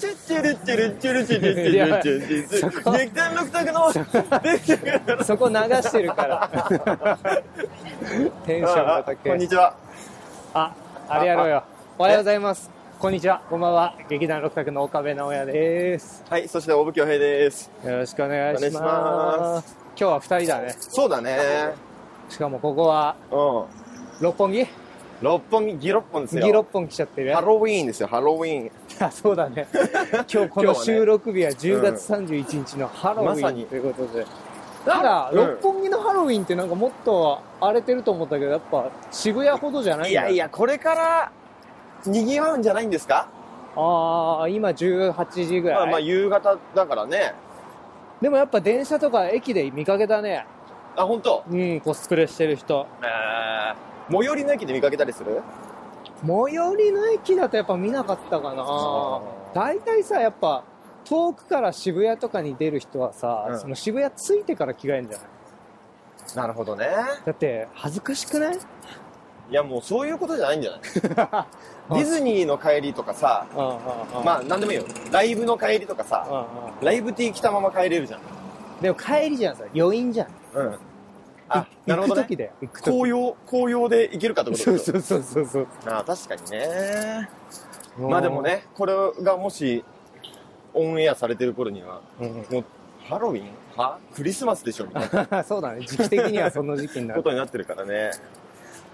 チュルチュルチュルチュルチュルチュルチュルチュル劇団六択の劇団六そこ流してるから テンショ択あンがこん高にいちはああれやろうよおはようございますこんにちはこんばんは劇団六卓の岡部直也ですはいそして大吹恭平ですよろしくお願いしお願ますいしま今日は二人だねそうだねしかもここはうん六本木六本木ギロッポンですよギ六本来ちゃってるハロウィーンですよハロウィーン あそう だね今日今この日はね収録日は10月31日のハロウまさィにンということで、なんかうん六本木のハロウィンってなんかもっと荒れてると思ったけどやっぱ渋谷ほどじゃないいやいやこれから賑わうんじゃないんですかああ今18時ぐらまい、あまあ夕方だからねでもやっぱ電車とか駅で見かけたねあ本当。うんコスプレしてる人最寄りの駅で見かけたりする最寄りの駅だとやっぱ見なかったかな大体さやっぱ遠くから渋谷とかに出る人はさ、うんその渋谷着いてから着替えんじゃないなるほどねだって恥ずかし くないいやもうそういうことじゃないんじゃないあディズニーの帰りとかさあああまあ何でもいいよライブの帰りとかあさああライブティー着たまま帰れるじゃんあでも帰りじゃんさ余韻じゃんうんあいなるほど行く時ねだよ行く時紅葉紅葉で行けるかってことそうでしょそうそうそうそうああ確かにねまあでも、ねこれがもしオンエアされてる頃にはうんもうハロウィンはクリスマスでしょみたいな そうだね時期的にはその時期になこるとになってるから ね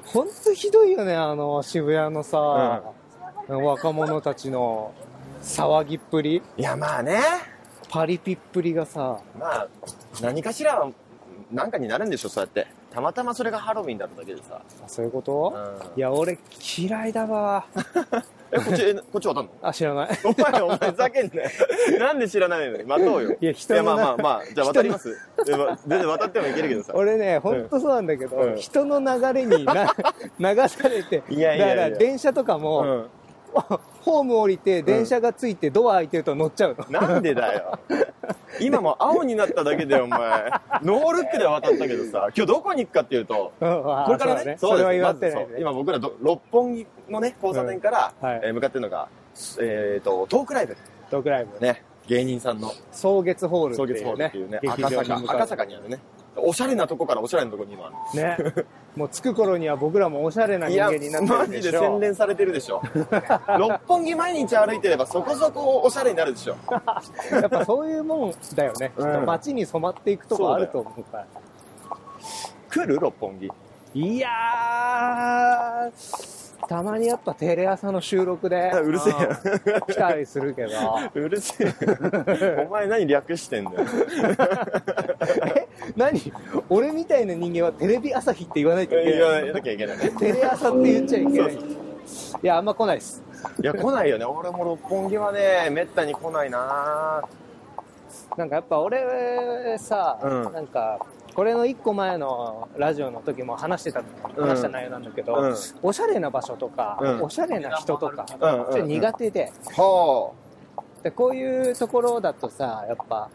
本当ひどいよねあの渋谷のさ、若者たちの騒ぎっぷりいやまあねパリピっぷりがさまあ何かしらはなんかになるんでしょそうやってたまたまそれがハロウィンだっただけでさ、そういうこうと、んいや俺嫌いだわえこっちえこっち渡んのあ知ら ないお前、お前、ふざけんなよ。なんで知らないのに、待とうよ。いや人のまあまあまあ、じゃあ渡ります。でま全然渡ってもいけるけどさ。俺ね本当そうなんだけど、うん人の流れに な流されていやいやいやだから電車とかうも、ん。ホーム降りて電車がついてドア開いてると乗っちゃうの、なんでだ よ。今も青になっただけで、お前。ノールックでは渡ったけどさ、今日どこに行くかっていうと、うんあこれからね、そうだそれはです言まわれてなずいそう今僕らど、六本木のね、交差点から、うんはいえー向かってるのが、えっ、と、トークライブ。ドッグライブね。芸人さんの、草月ホールって創月いホーうルねっていうね、劇赤場に坂向、かう赤坂にあるね。おしゃれなとこからおしゃれなとこに今ある。ね、もう着く頃には僕らもおしゃれな人間になっマてるジででしょ洗練されてるで しょ六本木毎日歩いてればそこそこおしゃれになるでしょやっぱそういうもんだよね、うん街に染まっていくとこあると思うから来る六本木いやーたまにやっぱテレ朝の収録でうるせえうん来たりするけ どうるせえお前何略してんだよ何俺みたいな人間はテレビ朝日って言わないといけ言ないわなきゃいけないねテレ朝って言っちゃいけないそういやあんま来ないですいや来ないよね俺も六本木はねめったに来ないななんかやっぱ俺さ、うんなんかこれの一個前のラジオの時も話してた、うん話した内容なんだけど、うんおしゃれな場所とか、うんおしゃれな人とか、ちうんうんょっと苦手で,、はでこういうところだとさやっぱ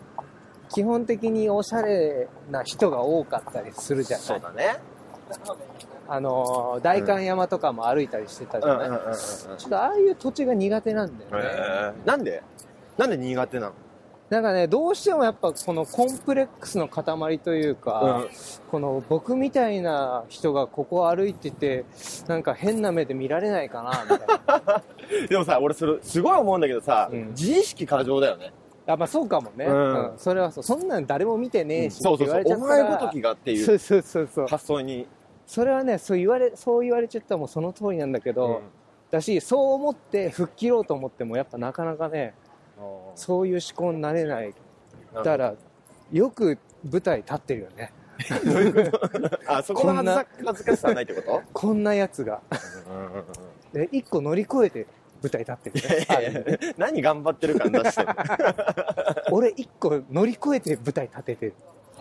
基本的におしゃれな人が多かったりするじゃあそなういだねあのー代官山とかも歩いたりしてたじうんゃうんない、うんうんうんちょっとああいう土地が苦手なんだよね、へえなんでなんで苦手なのなんかねどうしてもやっぱこのコンプレックスの塊といううか、んこの僕みたいな人がここを歩いててなんか変な目で見られないかなみた いなでもさ俺それすごい思うんだけどさうん自意識過剰だよねあまあそうかもね、うんうんそれはそうそんなん誰も見てねえし、そうそうって言そわうれちゃお前ったらごときがっていそううそうそうそう発想にそれはねそう言われそう言われちゃったらもうその通りなんだけど、だしそう思って吹っ切ろうと思ってもやっぱなかなかねうんそういう思考になれなないるほどだからよく舞台立ってるよね あそこの恥ずか恥ずかしさはないってことこんなやつがで一個乗り越えて舞台立って るねある意味何頑張ってる感出してるあ俺一個乗り越えて舞台立ててる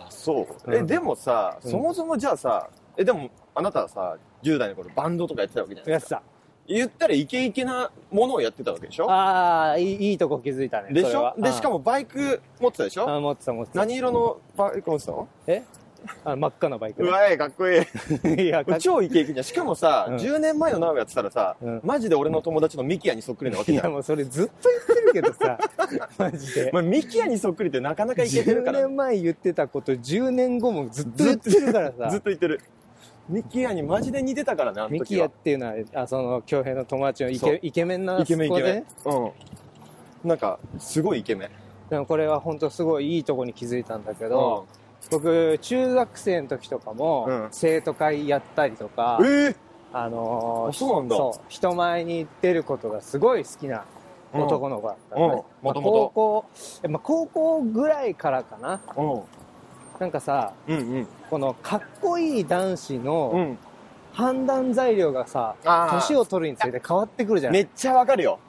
そうえうんでもさうんそもそもじゃあさえでもあなたはさ10代の頃バンドとかやってたわけじゃないやでつすかさ言ったらイケイケなものをやってたわけでしょああいいいいとこ気づいたねでそしれはょでしかももバイク持ってたでしょあ持ってた持ってた何色のバイク持ってたのえあ真っ赤なバイクうわえ、かっこいい。で。 いや、かっ超イケイケじゃん。しかもさ、うん10年前のナウやってたらさ、うんマジで俺の友達のミキヤにそっくりなわけいじゃや、ん。もうそれずっと言ってるけ どさ、マジで。まあ、ミキヤにそっくりってなかなかイケてる10から、年前言ってたこと10年後もずっと言ってるからずっさ。と言ってる。ミキヤにマジで似てたからね、あのミキ時ヤっは。ていうのは、あその、京平の友達のイそうケイケメンなイケメンイ子ケでメン。うん。なんか、すごいイケメン。でもこれは本当すごいいいとこに気づいたんだけうんど、僕、中学生の時とかうもん、生徒会やったりとか、ええあのーあそうなんだそう、人前に出ることがすごい好きな男の子だったのね。うんうん元々まあ高校、えまあ、高校ぐらいからかな。なんかさ、うん。うんこのかっこいい男子うん。うのん。判断材料がさ、あー年を取るにつれて変わってくるじゃなめいっちゃわかるよ。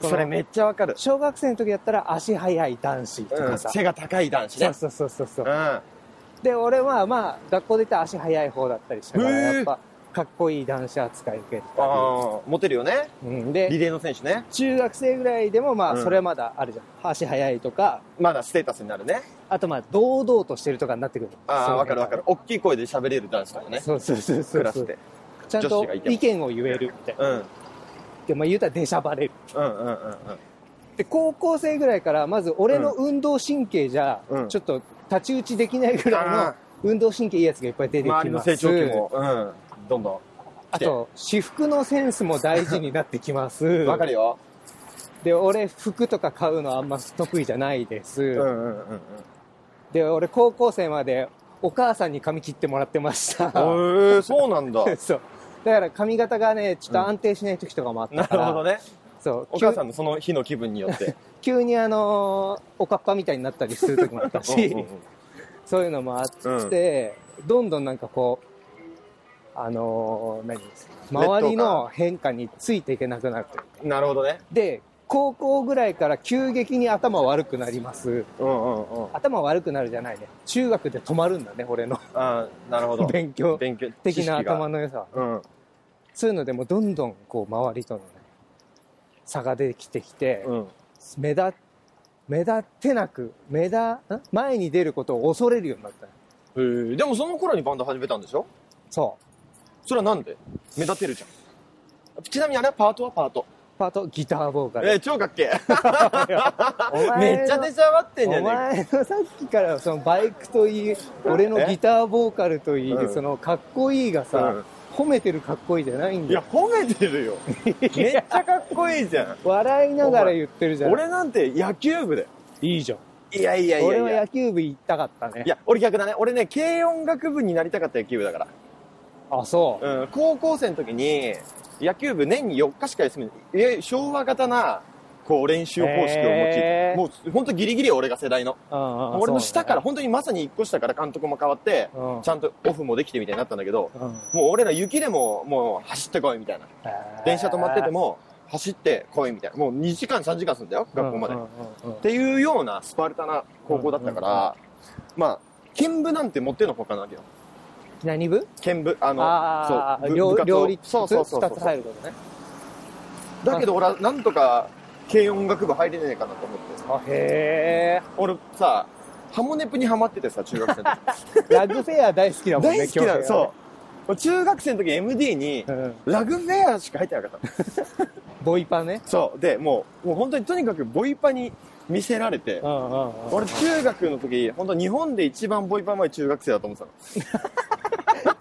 そのそれめっちゃわかる。小学生の時だったら足速い男子とうかん。さ。背が高い男子そねう。そうそうそうそうう。ん。で、俺はまあ、学校で言ったら足速い方だったりしたから、へーやっぱ、かっこいい男子扱い受けてたあーモテるよね。り。うん、リで、レーの選手ね。中学生ぐらいでもまあ、うんそれはまだあるじゃん。足速いとか、まだステータスになるね。あとまあ、堂々としてるとかになってくる。あそあ、うわかるわかる。。大きい声で喋れる男子だよね。そうそうそうそクうラスで。ちゃん女と子がいても意見を言えるみたいな。うん。うんで、まあ言うたら出しゃばれる。うんうんうん。で、高校生ぐらいから、まず俺の運動神経じゃう、んちょっと太刀打ちできないぐらいあのー運動神経いいやつがいっぱい出てきます。周りの成長期も、うん。どんどあと、私服のセンスも大事になってきます。ん。 わかるよ。で、俺、服とか買うのあんま得意じゃないです。うんうんうんうん。で、俺、高校生までお母さんに髪切ってもらってました。へえ、そうなんだ。 そう。だから髪型がね、ちょっと安定しない時とかもあっ なたかるら。ほどね。そう。お母さんのその日の気分によ って。急急にあのーおかっぱみたいになったりする時もあ ったしうんうん、そういうのもあって、どんどんなんかこう、あのー何周りの変化についていけなくなるというかうんなるほどね。で、高校ぐらいから急激に頭悪くなります。うんうんうん。頭悪くなるじゃないね。中学で止まるんだね、俺のああ、なるほど。勉強勉強的な頭の。の良さは。うん。そういうのでもうどんどんこう周りとのね、差が出てきてきて、うん。目立、目立ってなく、目立、ん前に出ることを恐れるようになったね。へーでもその頃にバンド始めたんでしょそう。それはなんで目立てるじゃん。ちなみにあれはパートはパート。パート、ギターボーカえル。ー、超かっけおえ。前のめっちゃ出し上がってんじゃおねえか。前のさっきからそのバイクといい、俺のギターボーカルといい、うんそのかっこいいがさ、うん褒めてるかっこいいじゃないんいだや、よ。褒めてるよ。めっちゃかっこいいじゃん。笑いながら言ってるじゃん。俺なんて野球部だよ。いいじゃん。いやいやいやい俺や。は野球部行ったかったねい。や、俺逆だね。俺ね、軽音楽部になりたかった野球部だかあ、そう。ら。うん、高校生の時に、野球部年に4日しか休みない。え、昭和型な、こう練習方式を持ち、へーもう本当ギリギリ俺が世代の。俺俺の下から、、本当にまさに1個下から監督も変わって、うんちゃんとオフもできてみたいになったんだけど、うんもう俺ら雪でももう走ってこいみたいな。電車止まってて、も走ってこいみたいな。もう2時間3時間すんだよ、学校まで。うんうんうんっていうようなスパルタな高校だったから、うんうんまあ、剣舞なんて持ってのほかなわけよ。何部剣舞、あの、ああ、そう、両部活を両立そうそうそう二つそう。入ることね。だけど俺はなんとか軽音楽部入れねえかなと思って。あ、へ俺さ、ハモネプにハマっててさ、中学生 の時。え。ラグフェア大好きだもん ね、大好きなの、京そう。中学生の時 MD に平、はねうん。ラグフェアしか入ってなかった。ボイパね。そう。で、もう、もう本当にとにかくボイパに見せられて、んうんうん俺中学の時、本当日本で一番ボイパうまい中学生だと思ってたの。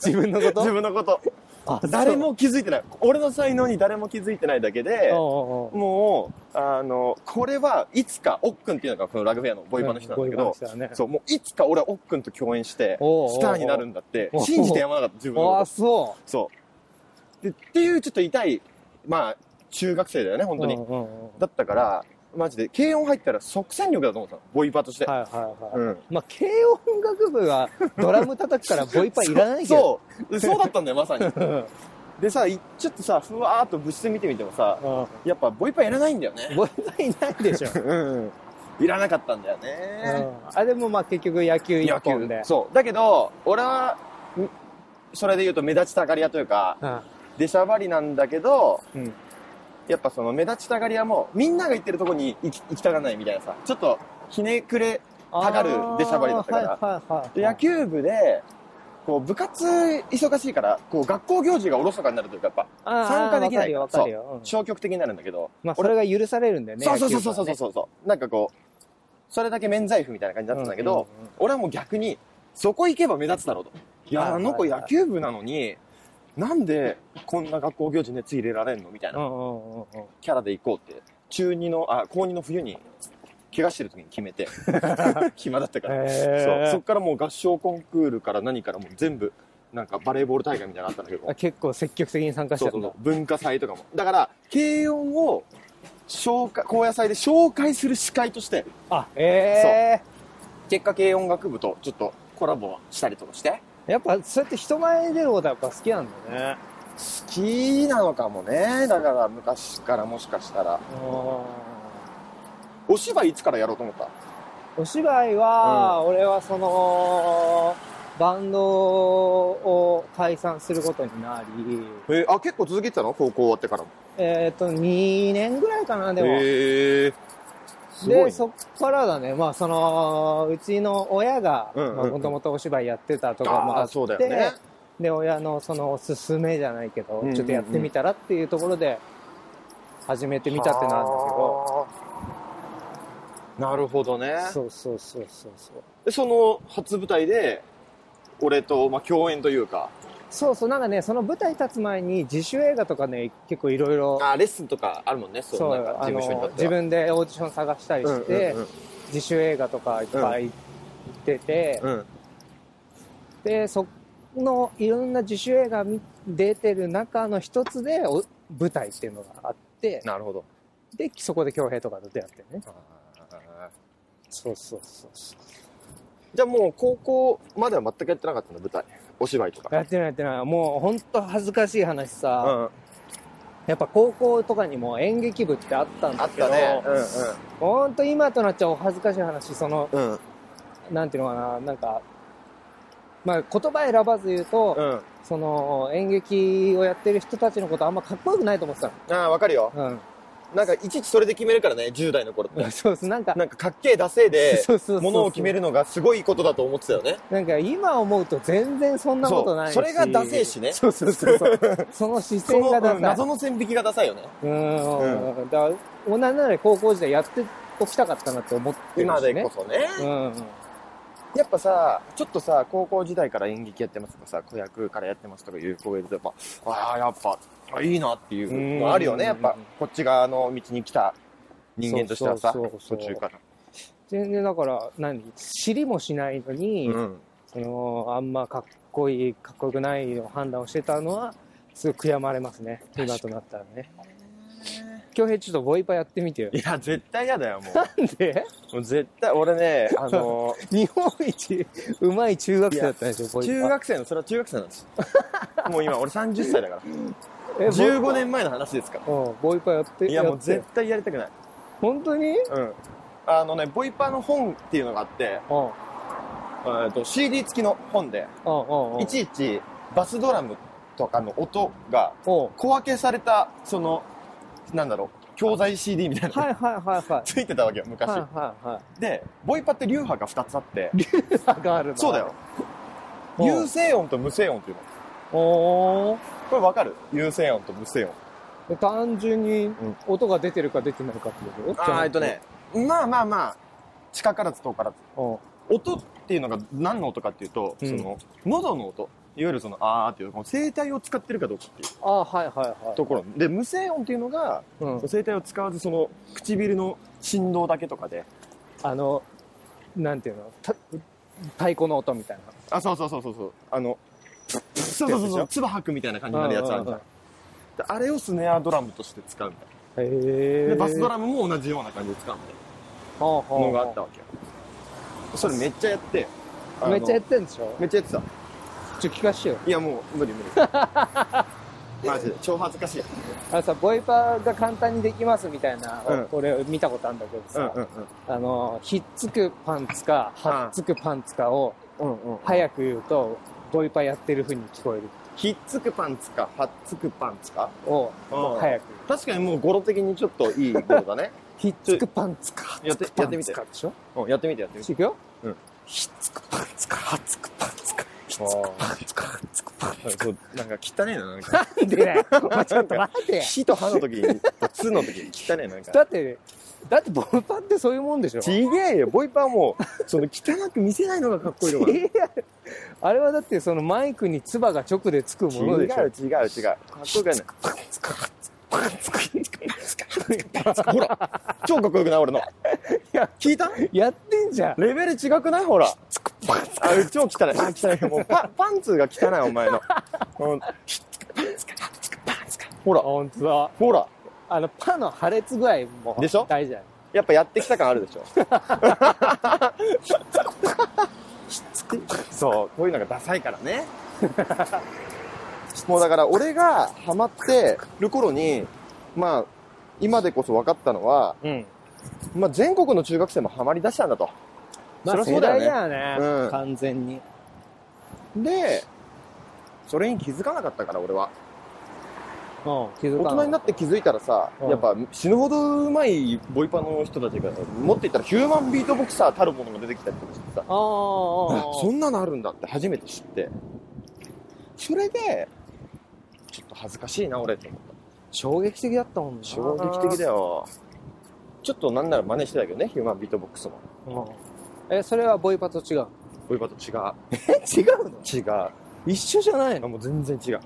自分のこ自と分のこと。あ誰も気づいてない。俺の才能に誰も気づいてないだけで、そううんうんうんもう、あの、これはいつか、おっくんっていうのがこのラグフェアのボイパの人なんだけボイどパ、の人だねそう、もういつか俺はおっくんと共演して、おうおうおうスターになるんだっておうお、う信じてやまなかった、自分のあこあ、と。そそう。で、っていうちょっと痛い、まあ、中学生だよね、う。本当にうん。うんうんだったから、マジで、軽音入ったら即戦力だと思ったの、ボイパとして。はいはいはい。うん。まあ、軽音楽部はドラム叩くからボイパいらないけど。そう、 そうだったんだよ、まさに。うんでさ、いちょっとさ、ふわーっと物質見てみてもさ、うやっぱボイパいらないんだよねん。。ボイパいないでしょ。うん。いらなかったんだようね。んあ、でもまあ結局野球一野本で球。。そう。だけど、俺は、んそれで言うと目立ちたがり屋というか、うん出しゃばりなんだけど、うんやっぱその目立ちたがり屋も、みんなが行ってるとこに行き行きたがらないみたいなさ、ちょっとひねくれたがる出しゃばりだったからあーはいはいはいで野球部で、こう部活忙しいから、こう学校行事がおろそかになるというか、やっぱ、あー参加できないわかるよ、わかるよ。うん消極的になるんだけど、まあ、そ俺れが許されるんだよね。そうそうそう野球そう部そうはねそうそう。なんかこう、それだけ免罪符みたいな感じだったんだけど、、うんうんうん俺はもう逆に、そこ行けば目立つだろうと。いはいや、はあいの子野球部なのに、なんでこんな学校行事熱入れられんのみたいなうんうんうんうん。キャラで行こうって、中二の、あ、高二の冬に、怪我してる時に決め て、暇だったから。そうへそっーからもう合唱コンクールから何からもう全部、なんかバレーボール大会みたいなのあったんだけどあ、結構積極的に参加しそてうたそんうだそう、文化祭とかも。だから、軽音を、紹介、高野祭で紹介する司会として、あ、え結果軽音楽部とちょっとコラボしたりとかして、え。やっぱ、そうやって人前に出ることはやっぱ好きなんだね。好きなのかもね。だから昔からもしかしたら。お芝居いつからやろうと思ったお芝居は、俺はその、バンドを解散することになり、えあ、結構続けてたの高校終わってからも。えっ、と、2年ぐらいかな、でも。えすごいねで、そっからだね、まあ、その、うちの親が、うんうんうんもともとお芝居やってたとかもああっあ、て、そうだよね。で、親のその、おすすめじゃないけど、うんうんうんちょっとやってみたらっていうところで、始めてみたってなんだけど。なるほどねけ。ど、そうそうそうそうそう。でその初舞台で、俺と、まあ、共演というか、そうそう、なんかね、その舞台立つ前に、自主映画とかね、結構いろいろ、あレッスンとかあるもんね、そう、そうなんか事あ務所にとのって自は。分でオーディション探したりして、うんうん自主映画とかいっぱい行ってて、うん、うんでそのいろんな自主映画見出てる中の一つでお舞台っていうのがあってなるほど。でそこで恭平とかと出会ってねあーそうそうそうそうじゃあもう高校までは全くやってなかったの、舞台。お芝居とやか。ってないやってないもう本当恥ずかしい話さ、うん。やっぱ高校とかにも演劇部ってあったんあだっけどたね。本当今となっちゃお恥ずかしい話そのうんうん。うん。なんていうのかななんかまあ言葉選ばず言うと、うん。その演劇をやってる人たちのことあんまかっこよくないと思ってたああ、わかるよ。の。なんか、いちいちそれで決めるからね、10代の頃ってうん。。 そうです。なんか、なんか、かっけえダセえ で、そうそうそうそうものを決めるのがすごいことだと思ってたよね。なんか今思うと全然そんなことないしそうそれがダセえしねそうそうそうそうその視そ線の、がうんダサ謎いの線引きがダサいよね。うんうんだから同じなら高校時代やっておきたかったなって思ってるし、ね、今でこそね。うんやっぱさ、ちょっとさ、高校時代から演劇やってますとかさ、子役からやってますとかいう子がいると、やっぱ、ああ、やっぱ、あいいなっていうのあるよね。うんやっぱ、こっち側の道に来た人間としてはさ、そうそうそう途中から。全然だから何知りもしないのに、うん。そのあんまかっこいいかっこよくないの判断をしてたのはすごい悔やまれますねかに今となったらね恭平ちょっとボイパやってみ てよいや、絶対嫌だよ、 もう。なんでもう絶対、俺ね、あの 日本一うまい中学生だったでしょボイパ中学生の、それは中学生なん です。もう今、俺30歳だから。えボイパ15年前の話ですから。うんボイパやっていや、もうってよ絶対やりたくない。本当にうん。あのね、ボイパの本っていうのがあって、うんうんえっと CD 付きの本で、うんうんいちいちバスドラムとかの音がおう小分けされた、その、なんだろう、教材 CD みたいなのはいはいはいはいついてたわけよ、昔。はいはいはで、ボイパって流派が2つあって、い差があるなそうだよ。うん有声音と無声音っていうの。おーこれわかる有声音と無声音。で単純にん音が出てるか出てないかってことあーえっとね、まあまあまあ、近からず遠からず。お音っていうのが何の音かっていうと、うんその、喉の音。いわゆるその、あーっていう、この声帯を使ってるかどうかっていうああはいはいはいところ。で、無声音っていうのが、うん声帯を使わず、その、唇の振動だけとかで。あのなんていうのた太鼓の音みたいあ、そうそうそうそうそう。あの、そうそうそうそう、唾吐くみたいな感じなになるやつあるじゃん。であれをスネアドラムとして使うみたいへな。えで、バスドラムも同じような感じで使うみたいなのがあったわけよ。それめっちゃやって。あのめっちゃやってんでしょめっちゃやってた。ちょっと聞かしてよいや、もう無理 無理。マジで、超恥ずかしい。あのさボイパが簡単にできますみたいな、うん俺見たことあるんだけどさ、んあの、ひっつくパンツか、はっつくパンツかをうんうん。早く言うと、ボイパやってる風に聞こえる。ひっつくパンツか、はっつくパンツか。を、うん早く。確かにもう語呂的にちょっといい語呂だね。ひっつくパンツか、 やってはつくパンやってみツてかでしょうん、やってみてやってみて。いくよ。うんひっつくパンツか、はっつくパンツか、ひあつかつかーこうなんか汚ねえな、なん か。なんでだよ。ちょっと 待ってや。火と歯の時に、つの時に汚ねえな、なん だか。って、だってボールパンってそういうもんでしょ。ちげえよ、ボイパーもう、その汚く見せないのがかっこいい のかな。違いや あれはだってそのマイクに唾が直でつくものう違う違でう。しかょっ。こよくない。 ほら、超かっこよ くない俺の。や聞いたやってんじゃん。レベル違くないほら。あ、超汚い。あ、汚い。もうパパンツが汚い、お前の。うんほら、本当だ。ほら。あの、パの破裂具合もでしょ大事だよ。やっぱやってきた感あるでしょ。そう、こういうのがダサいからね。もうだから俺がハマってる頃に、まあ、今でこそ分かったのは、うん。まあ全国の中学生もハマり出したんだと。まそりあ、ゃそ世うだよ代ねだよね。うん完全に。で、それに気づかなかったから俺は。うん、気づ大か人になっって気づいたらさ、うんやっぱ死ぬほどうまいボイパの人たちが、持っていったらヒューマンビートボクサーたるものも出てきたりとかしてさ、あーああー、そんなのあるんだって初めて知って。それで、ちょっと恥ずかしいな俺って思った。衝撃的だったもんな。衝撃的だよ。ちょっとなんなら真似してたけどね、ヒューマンビートボックスも。うん。え、それはボイパと違うボイパと違う。え、違うの 違う。一緒じゃないのもう全然違う。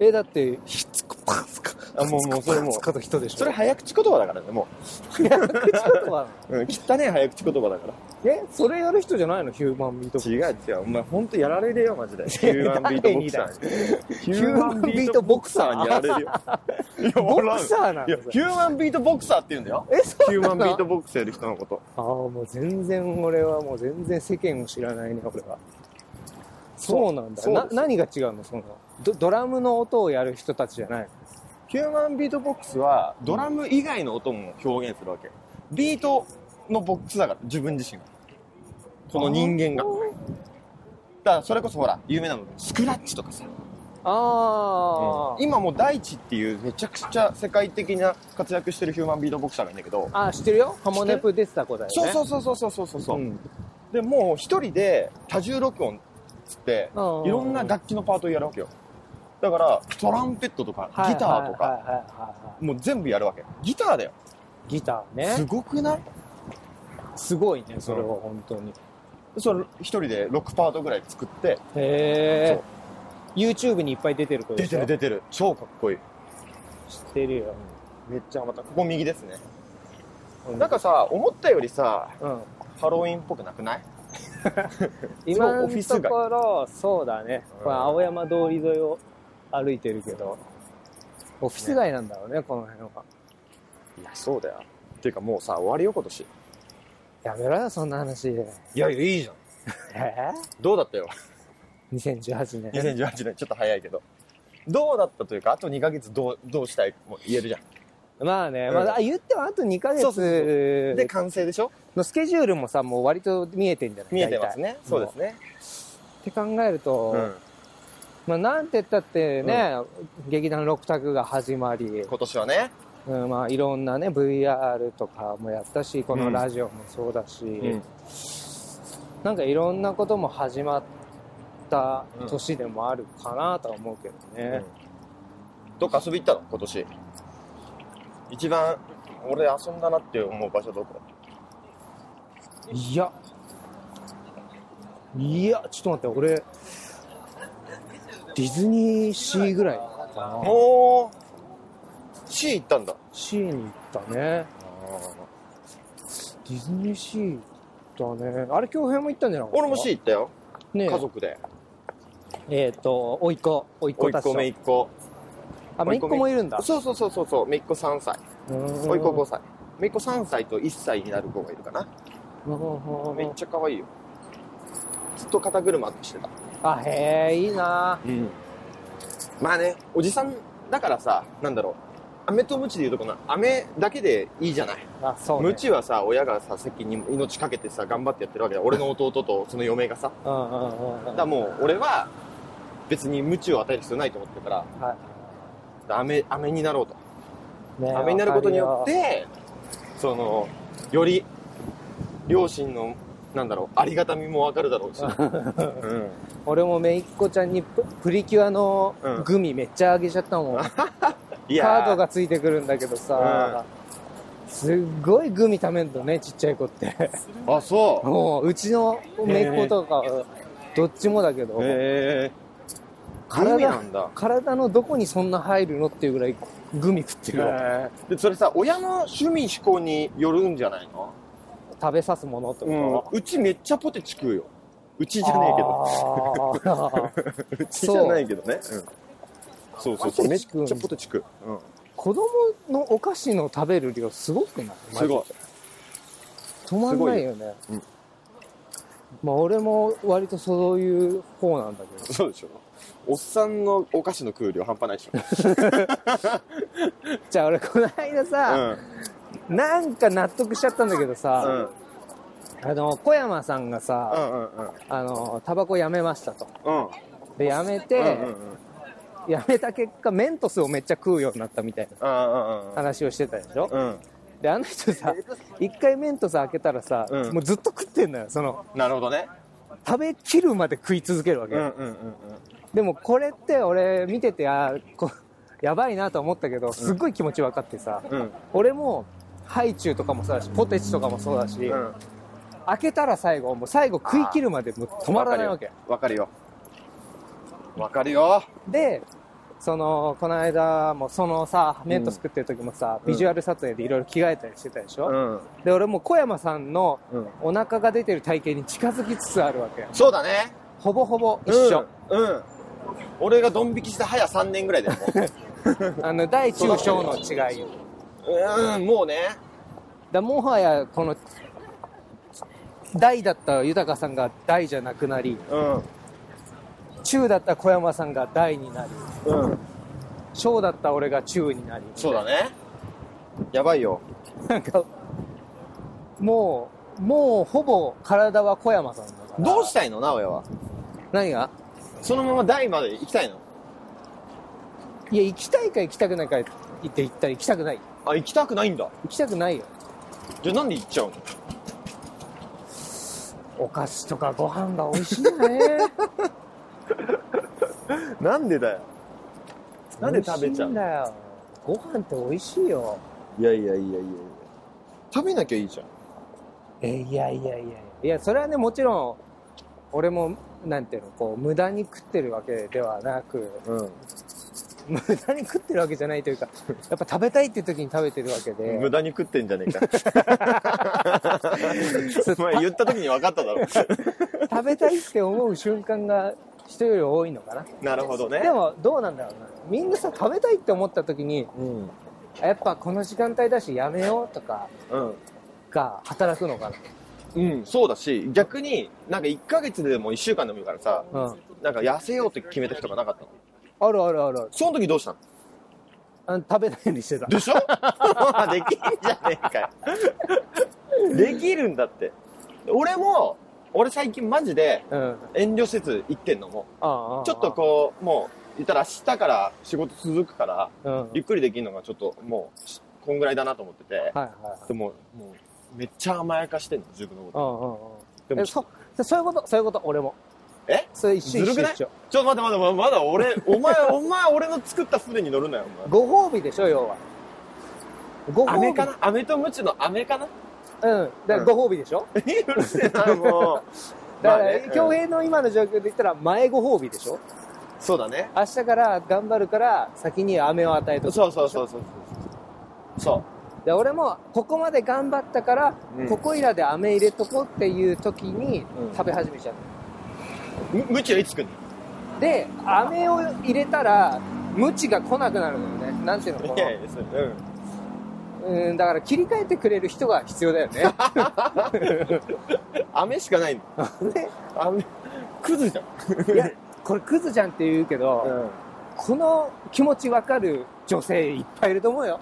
え、だって、ひつこぱつか。あもう もうそれもうひつこぱつかと人でしょ。それ早口言葉だからね、も早口言葉なのう。うん、汚ねえ早口言葉だから。え、それやる人じゃないのヒューマンミートボックス違う違う、お前ほんとやられるよ、マジで。ヒューマンビートボクサーに。ヒューマンビートボクサーにやられるよ。ボクーサーなんいだや、ヒューマンビートボクサーって言うんだよ。え、そうヒューマンビートボボクサーやる人のこと。ああ、もう全然俺はもう全然世間を知らないね、俺は。そうなんだ。そうなです何が違うのそのド、ドラムの音をやる人たちじゃないのヒューマンビートボックスは、ドラム以外の音も表現するわけ。ビートのボックスだから、自分自身が。この人間が。だから、それこそほら、有名なの、スクラッチとかさ。ああ、今もう大地っていうめちゃくちゃ世界的な活躍してるヒューマンビートボクサーがいるんだけど、ああ、知ってるよハモネプ出てた子だよね。そうそうそうそうそうそうそう。んでもう一人で多重録音っつっていうんろんな楽器のパートをやるわけよだからトランペットとかはいギターとはいはかいはいはいはもう全部やるわけギターだよいギターすね。ごくないすごいね、それは本当に。それ一人で6パートぐらい作ってへそうえ。YouTube にいっぱい出てる子で出しょてる出てる超かっこいい知ってるよ。めっちゃハマったここ右ですねなんかさ思ったよりさうん。ハロウィンっぽくなくない今そうオのフィスと街ころそうだね、うんこれ青山通り沿いを歩いてるけどオフィス街なんだろうねこの辺はいやそうだよっていうかもうさ終わりよ今年やめろよそんな話えいやいやいいじゃんどうだったよー、2018年2018年ちょっと早いけどどうだったというかあと2ヶ月どうどうしたいも言えるじゃんまあね、うんまあ、言ってもあと2ヶそうそうそう月で完成でしょのスケジュールもさもう割と見えてんじゃない見えてますね大体そうですねって考えると、まあなんて言ったってね、劇団六択が始まり、今年はねうんまあ、いろんなね VR とかもやったしこのラジオもそうだし、なんかいろんなことも始まった年でもあるかなとは思うけどね。どっか遊び行ったの今年一番俺遊んだなって思う場所どこいや。いや、ちょっと待って、俺、ディズニーシーぐらいかな。おー C 行ったんだシーに行ったね。ディズニーシーだね。あれ、京平も行ったんじゃない俺も C 行ったよねえ家族でえっ、と、おいっ子、おいっ甥子ったち子姪っと。子あ、めいっ子もいるんだ。そうそうそうそうそう姪っ子3歳お甥っ子5歳姪っ子3歳と1歳になる子がいるかなめっちゃ可愛いよずっと肩車してたあ、へえ、いいなうん、まあねおじさんだからさなんだろう飴とムチでいうとこの飴だけでいいじゃない、あ、そう、ね。ムチはさ親がさ責任命かけてさ頑張ってやってるわけだ俺の弟とその嫁がさうんうんうんうだかん。らもう俺は別にムチを与える必要ないと思ってるかはら飴飴になろうといねえ飴になることによっわてそのより 両親のなんだろうありがたみもわかるだろうし、かるようん俺もめいっ子ちゃんにププリキュアのうんグミめっちゃあげちゃったもん、いカやードがついてくるんだけどさ、すっごいグミ貯めんのねちっちゃい子って あそうもううちのめいっ子とかどっちもだけど、へえグミ体なんだ体のどこにそんな入るのっていうぐらいグミ食ってるよでそれさ親の趣味嗜好によるんじゃないの食べさすものってこうちめっちゃポテチ食うようちとじゃねえけどあー うちじゃないけどねうんそうそうそうポめテっチち食うんだゃポテチ食ううん子供のお菓子の食べる量すごくないすごい止まんないよね。すごいようんまあ俺も割とそういう方なんだけど。そうでしょおっさんのお菓子の食う量半端ないでしょじゃあ俺この間さ、なんか納得しちゃったんだうけどんうんさ、あの、小山さんがうさ、んうんうんあの、タバコやめましたと。うんで、やめて、うんうんうんやめた結果、メントスをめっちゃ食うようになったみたいなああ話をしてたでしょ、うんで、あの人さ、一回メントス開けたらさ、うんもうずっと食ってんだよ。その、なるほどね食べきるまで食い続けるわけうよ。んうんうんでもこれって俺見ててあーこやばいなと思ったけどすっごい気持ち分かってさ、うんうん俺もハイチュウとかもそうだしポテチとかもそうだし、うん開けたら最後もう最後食い切るまでもう止まらないわけわかるよわかるよでそのこの間もそのさメント作ってる時もさ、うんビジュアル撮影でいろいろ着替えたりしてたでしょ、うんで俺も小山さんのうんお腹が出てる体型に近づきつつあるわけそうだねほぼほぼ一緒、うん、うん俺がドン引きして早3年ぐらいだよもあの大中小の違いううんもうねだもはやこの大だった豊さんが大じゃなくなりうん中だった小山さんが大になりうん小だった俺が中になりそうだねやばいよなんかもうもうほぼ体は小山さんだからどうしたいの直哉は何がそのまま大まで行きたいのいや行きたいか行きたくないか言って行ったら行きたくないあ行きたくないんだ行きたくないよじゃあなんで行っちゃうのお菓子とかご飯が美味しいよ ねなんでだよなんで食べちゃう美味しいんだよご飯って美味しいよいやいやいやいやいや食べなきゃいいじゃんえいやいやいやいやいやそれはねもちろん俺もなんていうのこう無駄に食ってるわけではなく うん、無駄に食ってるわけじゃない というかやっぱ食べたいっていう時に食べてるわけ無で駄に食ってんじゃねえ かお前言った時に分かっただ ろ食べたいって思う瞬間が人より多いのかななるほどねでもどうなんだろうなみんなさ食べたいって思った時にうんやっぱこの時間帯だしやめようとかうんが働くのかうん、そうだし、逆に、なんか1ヶ月でも1週間でもいいからさ、なうんなんか痩せようって決めた日とかなかったのあるあるあるあるその時どうしたのあ食べないようにしてたでしょ できんじゃねえかよ。できるんだって。俺も、俺最近マジでうんあ遠慮せず行ってんのも、あああちょっとこう、もう、言ったら明日から仕事続くから、うんはいゆっくりできるのがちょっともう、こんぐらいだなと思ってて、はいはいでも、もう、めっちゃ甘やかしてんの、自分のこうんうんうんと。でえも、ちょそそういうことそういうこと俺もえそれ一緒ずる一く緒ない一緒っと待って待って、まだ 俺、お前、お前、俺の作った船に乗るなよ、お前。ご褒美でしょ要はご褒飴美かな飴とムチの飴 かなうんだからご褒美で しょ、うるせえな、もう。だまかあらね恭うん平、の今の状況で言ったら前ご褒美でしょそうだね。明日から頑張るから先に飴を与えとそうくそうそうそうそう。そで俺もここまで頑張ったから、うんここいらで飴入れとこうっていう時にうん食べ始めちゃう、う。むムチはいつくんで飴を入れたらムチが来なくなるのよねなんていうののこいやいや、それ。うん。のうんだから切り替えてくれる人が必要だよね飴しかないの。で飴。クズじゃん。いやこれクズじゃんって言うけど、うん。この気持ちわかる女性いっぱいいると思うよ。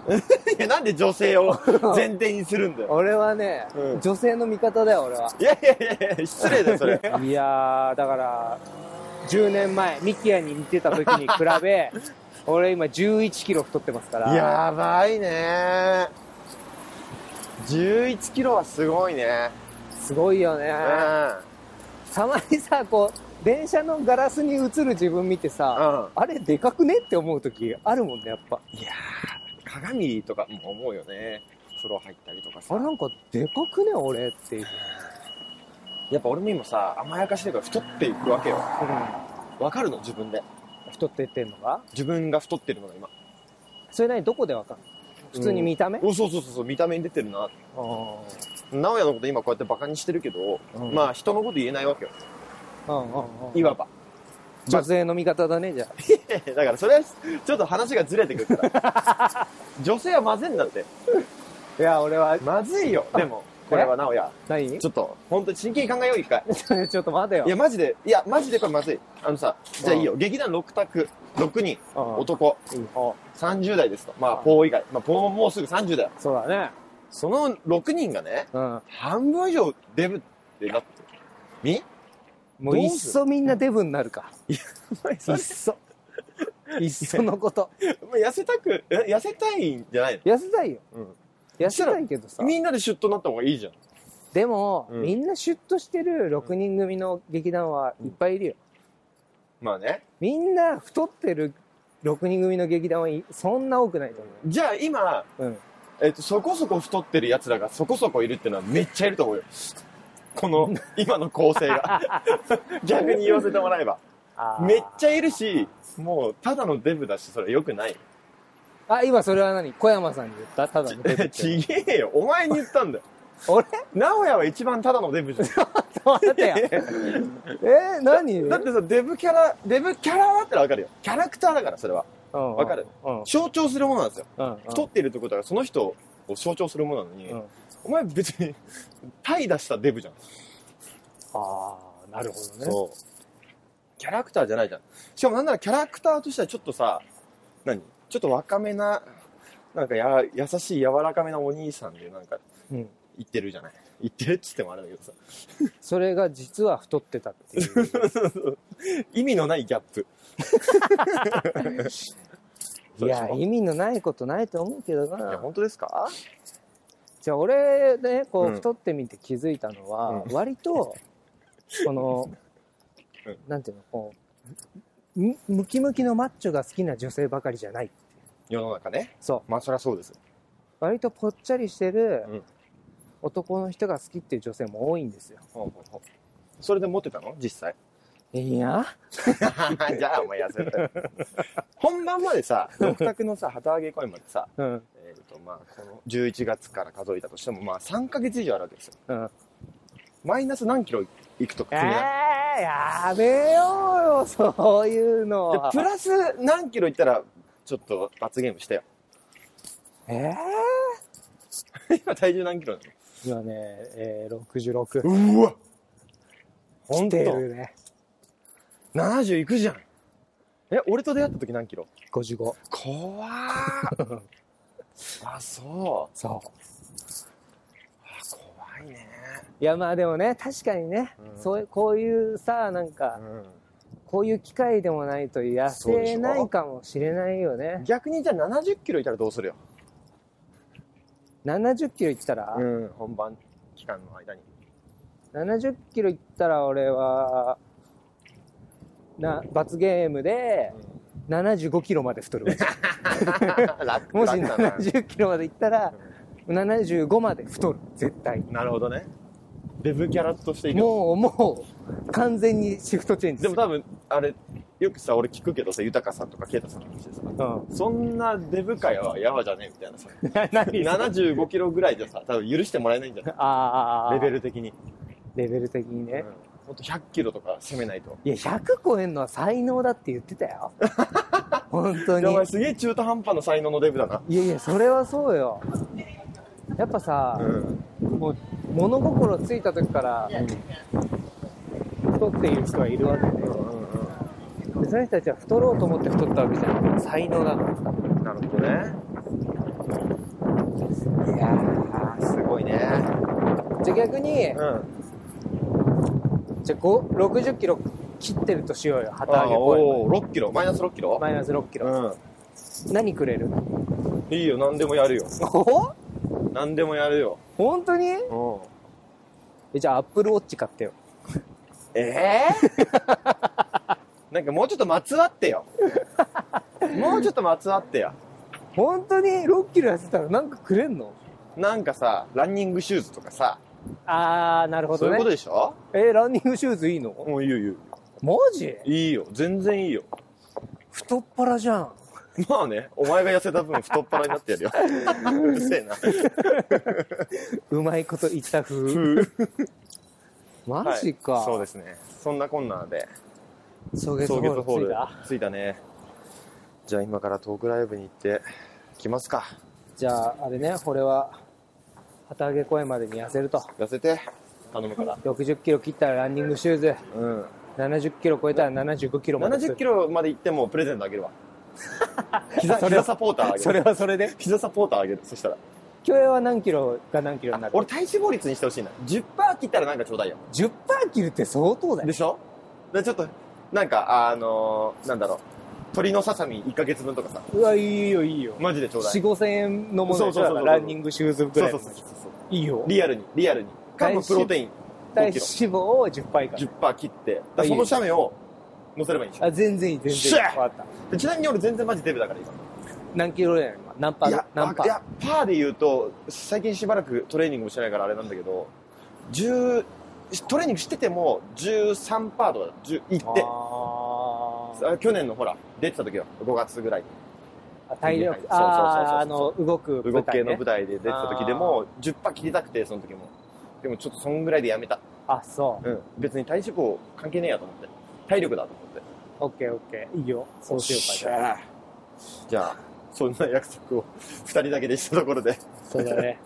いや、なんで女性 を前提にするんだよ。俺はね、うん女性の味方だよ、俺は。いやいやいやいや、失礼だよ、それ。いやー、だから、10年前、ミキヤに似てた時に比べ、 俺今11キロ太ってますか ら。やばいね11キロはすごいね。すごいよね。うん。たまにさ、こう、電車のガラスに映る自分見てさ、あれでかくねって思う時あるもんねやっぱいやー鏡とかも思うよね風呂入ったりとかさあれなんかでかくね俺っていう、やっぱ俺も今さ甘やかしてるから太っていくわけよわかるの自分で太ってってんのが自分が太ってるのが今それなりにどこでわかるの普通に見た目、おそうそうそうそう見た目に出てるなあ直哉のこと今こうやってバカにしてるけど、うんまあ人のこと言えないわけよあうんうんうんいわば女性の味方だねじゃあ だからそれはちょっと話がずれてくるから 女性はまずいんだっていや俺はまずいよでもこれは直哉何ちょっと本当に真剣に考えよう一回 ちょっと待てよいやマジでいやマジでこれまずいあのさじゃあいいよ劇団6択6人うん男うんあ30代ですとまあうんポー以外まあポーももうすぐ30代そうだねその6人がねうん半分以上デブってなってみ もういっそみんなデブになるかいっそいっそのことまあ痩せたくえ痩せたいんじゃない痩せたいよの、痩せたいけどさうん、みんなでシュッとなった方がいいじゃんでも、うんみんなシュッとしてる6人組の劇団はいっぱいいるよ、まあねみんな太ってる6人組の劇団はいそんな多くないと思じゃあ今、う、うん、えっと、そこそこ太ってるやつらがそこそこいるってのはめっちゃいると思うよこ の今の構成が逆に言わせてもらえばめっちゃゃいるしもうただのデブだしそれよくないあ今それは何小山さんに言ったただのデブっ てちげえよお前に言ったんだよ 俺直哉は一番ただのデブじゃん待って よえー、何だってさデブキャラデブキャラだったらわかるよキャラクターだからそれはわわかるうんうん象徴するものなんですようん太っているってことはその人を象徴するものなのに、うんお前別に怠惰したデブじゃん、ああなるほどねそうキャラクターじゃないじゃんしかもなんならキャラクターとしてはちょっとさ何ちょっと若めななんかや優しい柔らかめなお兄さんでなんかう、ん、言ってるじゃない言ってるっつってもあれだけどさ それが実は太ってたっていう意味のないギャップいや そうでしょ意味のないことないと思うけどないや本当ですかじゃあ俺ねこうんう太ってみて気づいたのは、う割 とこの、うんなんていうのこうむムキムキのマッチョが好きな女性ばかりじゃない世の中ねそうまあそりゃそうです割とぽっちゃりしてるうん男の人が好きっていう女性も多いんですよそれでモテたの実際いや じゃあお前痩せる 本番までさ六択のさ旗揚げ公演までさ、うんえーとまあ、この11月から数えたとしても、まあ、3ヶ月以上あるわけですようんマイナス何キロいくとえかー決めない、やめようよ そういうのではプラス何キロいったらちょっと罰ゲームしてよ えー今体重何キロな今ね、えー、66のうわ来本て当るね70いくじゃんえ俺と出会った時何キロ55怖ー あそうそうあ怖いねいやまあでもね確かにね、うんそういうこういうさなんか、こういう機会でもないと痩せないかもしれないよね逆にじゃあ70キロいたらどうするよ、 7 0キロいったら、うん、本番期間の間に7 0キロいったら俺はな罰ゲームで7 5キロまで太るわ楽もし楽だ な7 0キロまでいったら75まで太る絶対なるほどねデブキャラとしていくもうもう完全にシフトチェンジですもる多分あれよくさ俺聞くけどさ豊さんとか啓太さんの話でさうん、そんなデブ界はやわじゃねえみたいなさ 何あ75キロぐらいじゃさ多分許してもらえないんじゃないあレベル的に、レベル的にうね、ん、もっと100キロとか攻めないといや、100超えんのは才能だって言ってたよ。 本当いやおに前。すげえ中途半端な才能のデブだな、いやいや、それはそうよ。やっぱさ、うん、もう物心ついた時から、太っている人はいるわけで、でその人たちは太ろうと思って太ったわけじゃない。才能だからさ。なるほどねいやーすごいねじゃあ逆に、うんじゃあ5 60キロ切ってるとしようよ、旗あ揚げ公お6キロマイナス6キロ演。マイナス6キロ。う何くれるんいいよ何でもやるよお何でもやるよ本当にうんえじゃあアップルウォッチ買ってよ。ええ なんかもうちょっとまつわって よ。もうちょっとまつわってよ。本当に6キロ痩せたらなんかくれんのなんかさ、ランニングシューズとかさ、ああなるほそうどいうねことでしょえーランニングシューズいいのもういいよいいよ。マジいいよ。全然いいよ。太っ腹じゃんまあね、お前が痩せた分太っ腹になってやる よ。うるせえな。うまいこと言った風マジか、はいそうですね。そんなこんなで、す草月ホ草月ホーール着いルた着いたね。じゃあ今からトークライブに行って、きますか。じゃああれね俺は旗揚げ公園までに痩せると痩せて、頼むから。 6 0キロ切ったらランニングシューズうん。 7 0キロ超えたら7 5キロまで70キロロまで行ってもプレゼントあげるわ。 膝それは膝サポーターあげる。それはそれで膝サポーターあげる。そしたら。競泳は何キロが何キロになる俺体脂肪率にしてほしいな。10%切ったらなんかちょうだいよ。 10%切るって相当だよでしょで、ちょっと、なんか、あのーなんだろう。鶏のささみ1ヶ月分とかさ。うわいいよいいよマジでちょうだい。 4 5千円のものでしそうそうそうそうょだからランニングシューズぐそらういそうのそうそうそう。いいよリアルに、リアルに。カ体脂ッププロテイン体5脂キロ。肪を10杯か10%切って。だかあらいいそよの写メを載せればいいんでしょあ全然いい全シ然いいャー分かったでちなみに俺全然マジデブだから今。何キロやねん今何パーいや、何パいーや、パーで言うと、最近しばらくトレーニングもしてないからあれなんだけど、10、トレーニングしてても13%とかだ、10いって。あーあ去年のほら、出てた時よ、5月ぐらいに。あ体力そうそうそうそうあーあの動く舞台、ね、動く系の舞台で出てた時でも、10%切りたくて、その時も。でもちょっとそんぐらいでやめた。あそううん。別に体脂肪関係ねえやと思って。体力だと思って。オッケーオッケーいいよそうしようかゃじゃあ、そんな約束を2人だけでしたところで。そうだね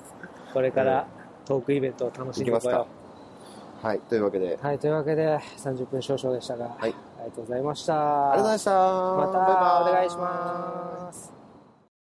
これ からトークイベントを楽しんでいこうよはい、というわけで。はいというわけで30分少々でしたが、はいありがとうございましたありがとうございました。またバイバイお願いします